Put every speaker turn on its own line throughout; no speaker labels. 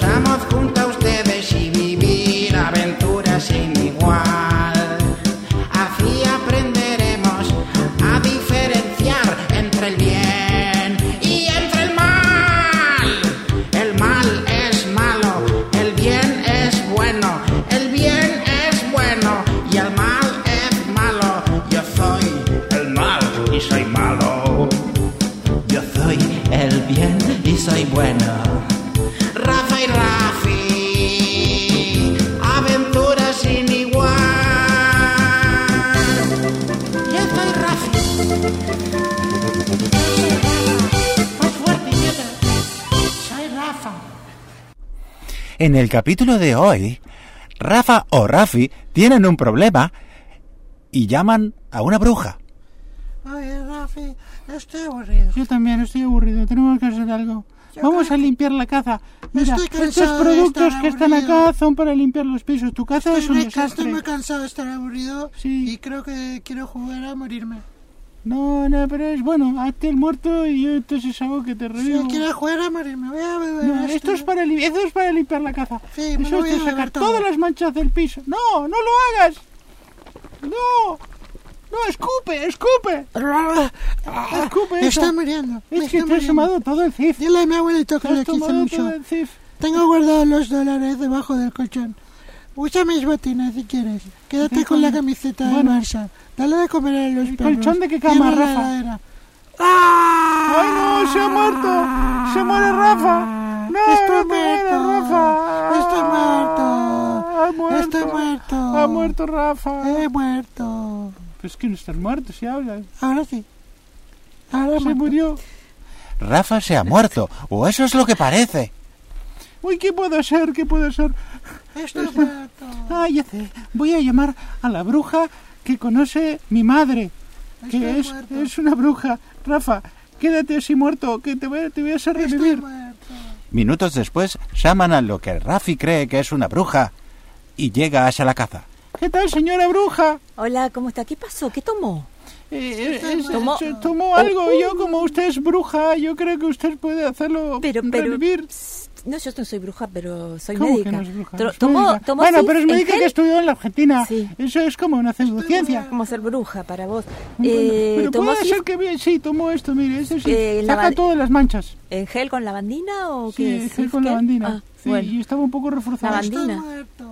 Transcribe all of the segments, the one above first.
Vamos junto a ustedes y vivir aventuras sin igual. Así aprenderemos a diferenciar entre el bien y entre el mal. El mal es malo, el bien es bueno, el bien es bueno y el mal es malo. Yo soy el mal y soy malo. Yo soy el bien y soy bueno. Rafa y Rafi, aventuras sin igual. Yo soy Rafi. Yo soy Rafa. Más fuerte, nieta. Soy Rafa.
En el capítulo de hoy, Rafa o Rafi tienen un problema y llaman a una bruja.
Oye, Rafi, estoy aburrido.
Yo también estoy aburrido, tenemos que hacer algo.
Yo
Vamos
creo
a
que-
limpiar la caza. Mira,
Estoy
estos
cansado de
productos
estar
que están
aburrido.
acá son para limpiar los pisos. Tu caza
Estoy,
es un
muy-
desastre.
estoy muy cansado de estar aburrido
Sí.
y creo que quiero jugar a morirme.
No, no, pero es bueno, hazte el muerto y yo entonces hago que te
Sí,
revivo.
quiero jugar a morirme. Voy a beber
No,
esto.
esto es para, li- eso es para limpiar la caza.
Sí, me lo
eso
voy
es
a
de sacar
beber todo.
todas las manchas del piso. No, no lo hagas. No. No, escupe, escupe. Escupe
Me
eso.
está Ah, muriendo. me
Es
está
que te has
muriendo.
tomado todo el cif.
Dile a mi abuelito que
Te has
le quise
tomado
mucho.
todo el cif.
Tengo guardados los dólares debajo del colchón. Usa mis botines si quieres. Quédate
Déjame.
con la camiseta del
Bueno.
Barça. Dale de comer a los perros.
colchón de qué cama,
Cierra la
Rafa? ¡Ah!
heladera.
¡Ay, no! ¡Se ha muerto! ¡Se muere Rafa! ¡No,
Está
no te mueras,
muerto.
Rafa!
Está muerto.
¡Ha Ah, muerto!
Está muerto. Eh.
¡Ha muerto Rafa!
He muerto.
Pues es que no están muertos, si hablan.
Ahora sí. Ahora
Se
me
murió.
Rafa se ha muerto, o eso es lo que parece.
Uy, ¿qué puedo hacer? ¿Qué puedo hacer?
Está muerto.
Ah, ya sé. Voy a llamar a la bruja que conoce mi madre.
Está
Que es,
muerto.
es una bruja. Rafa, quédate así muerto, que te voy, te voy a hacer
Está
revivir.
muerto.
Minutos después, llaman a lo que Rafi cree que es una bruja y llega hacia la caza.
¿Qué tal, señora bruja?
Hola, ¿cómo está? ¿Qué pasó? ¿Qué tomó?
Eh, eh,
Está
eh,
muerto.
se- se
Oh,
tomó algo. Yo, como usted es bruja, yo creo que usted puede hacerlo
Pero, pero.
revivir.
psst, No, yo no soy bruja, pero soy
¿Cómo
médica.
que no es bruja?
Tro-
No es
tomó,
médica.
tomó
bueno,
Cif
pero es
en
médica
gel,
que estudió en la Argentina.
Sí.
Eso es como una pseudociencia.
Como ser bruja para vos.
Bueno,
Eh,
pero
tomó
puede
Cif
ser que bien, sí, tomó esto, mire, eso sí.
Eh, la
Saca
bal-
todas las manchas.
en gel con lavandina o
Sí,
qué?
es
¿Cif
con la
gel?
bandina.
Ah,
sí,
bueno.
y estaba un poco reforzada.
Lavandina.
Está
Dina.
muerto.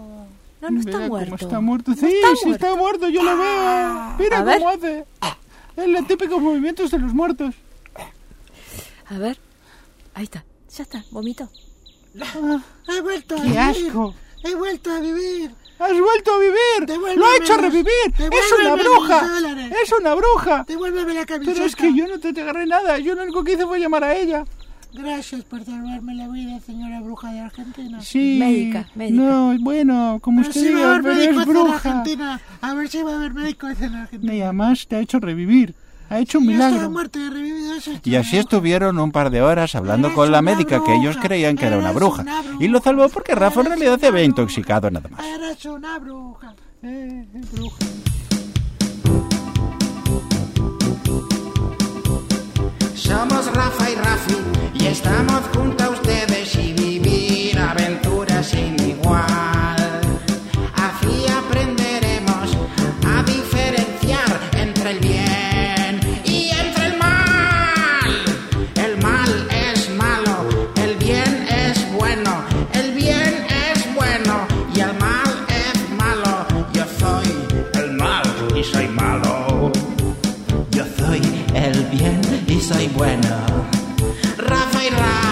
No, no
Mira
está
cómo
muerto.
está muerto.
No
Sí,
está Ah.
sí está muerto, yo lo veo. Mira
A ver.
cómo hace. Es los típicos movimientos de los muertos.
A ver. Ahí está. Ya está, vomito. Ah.
He vuelto a
¡Qué
vivir.
asco!
He vuelto a vivir.
¡Has vuelto a vivir! ¡Lo ha
Devuélveme
hecho
los-
revivir! ¡Es
devuélveme
una
mis
bruja!
dólares.
¡Es una bruja!
Devuélveme la camiseta.
Pero es que yo no te, te agarré nada. Yo lo único que hice fue llamar a ella.
Gracias por salvarme la vida, señora bruja de Argentina.
Sí.
Médica, médica.
No, bueno, como
Pero
usted
si va a
diga,
haber
pero
médicos
es
en
bruja.
Argentina. A ver si va a haber médicos en Argentina.
Y además te ha hecho revivir. Ha hecho un
Ya estaba
milagro.
muerto y revivido. eso es
Y así
una bruja.
estuvieron un par de horas hablando
Eres
con la
Ah. una
médica que ellos
bruja,
creían que era una
eres
bruja.
una bruja,
Y lo salvó porque Rafa en
eres
realidad
una
se había
bruja,
intoxicado nada más.
Eres una bruja.
Eh, eh, bruja.
Somos Rafa y Rafi y estamos junto a ustedes y vivir aventuras sin igual. Así aprenderemos a diferenciar entre el bien y entre el mal. El mal es malo, el bien es bueno, el bien es bueno y el mal es malo. Yo soy el mal y soy malo. Yo soy el bien y soy bueno. Rafa y Rafa. Pues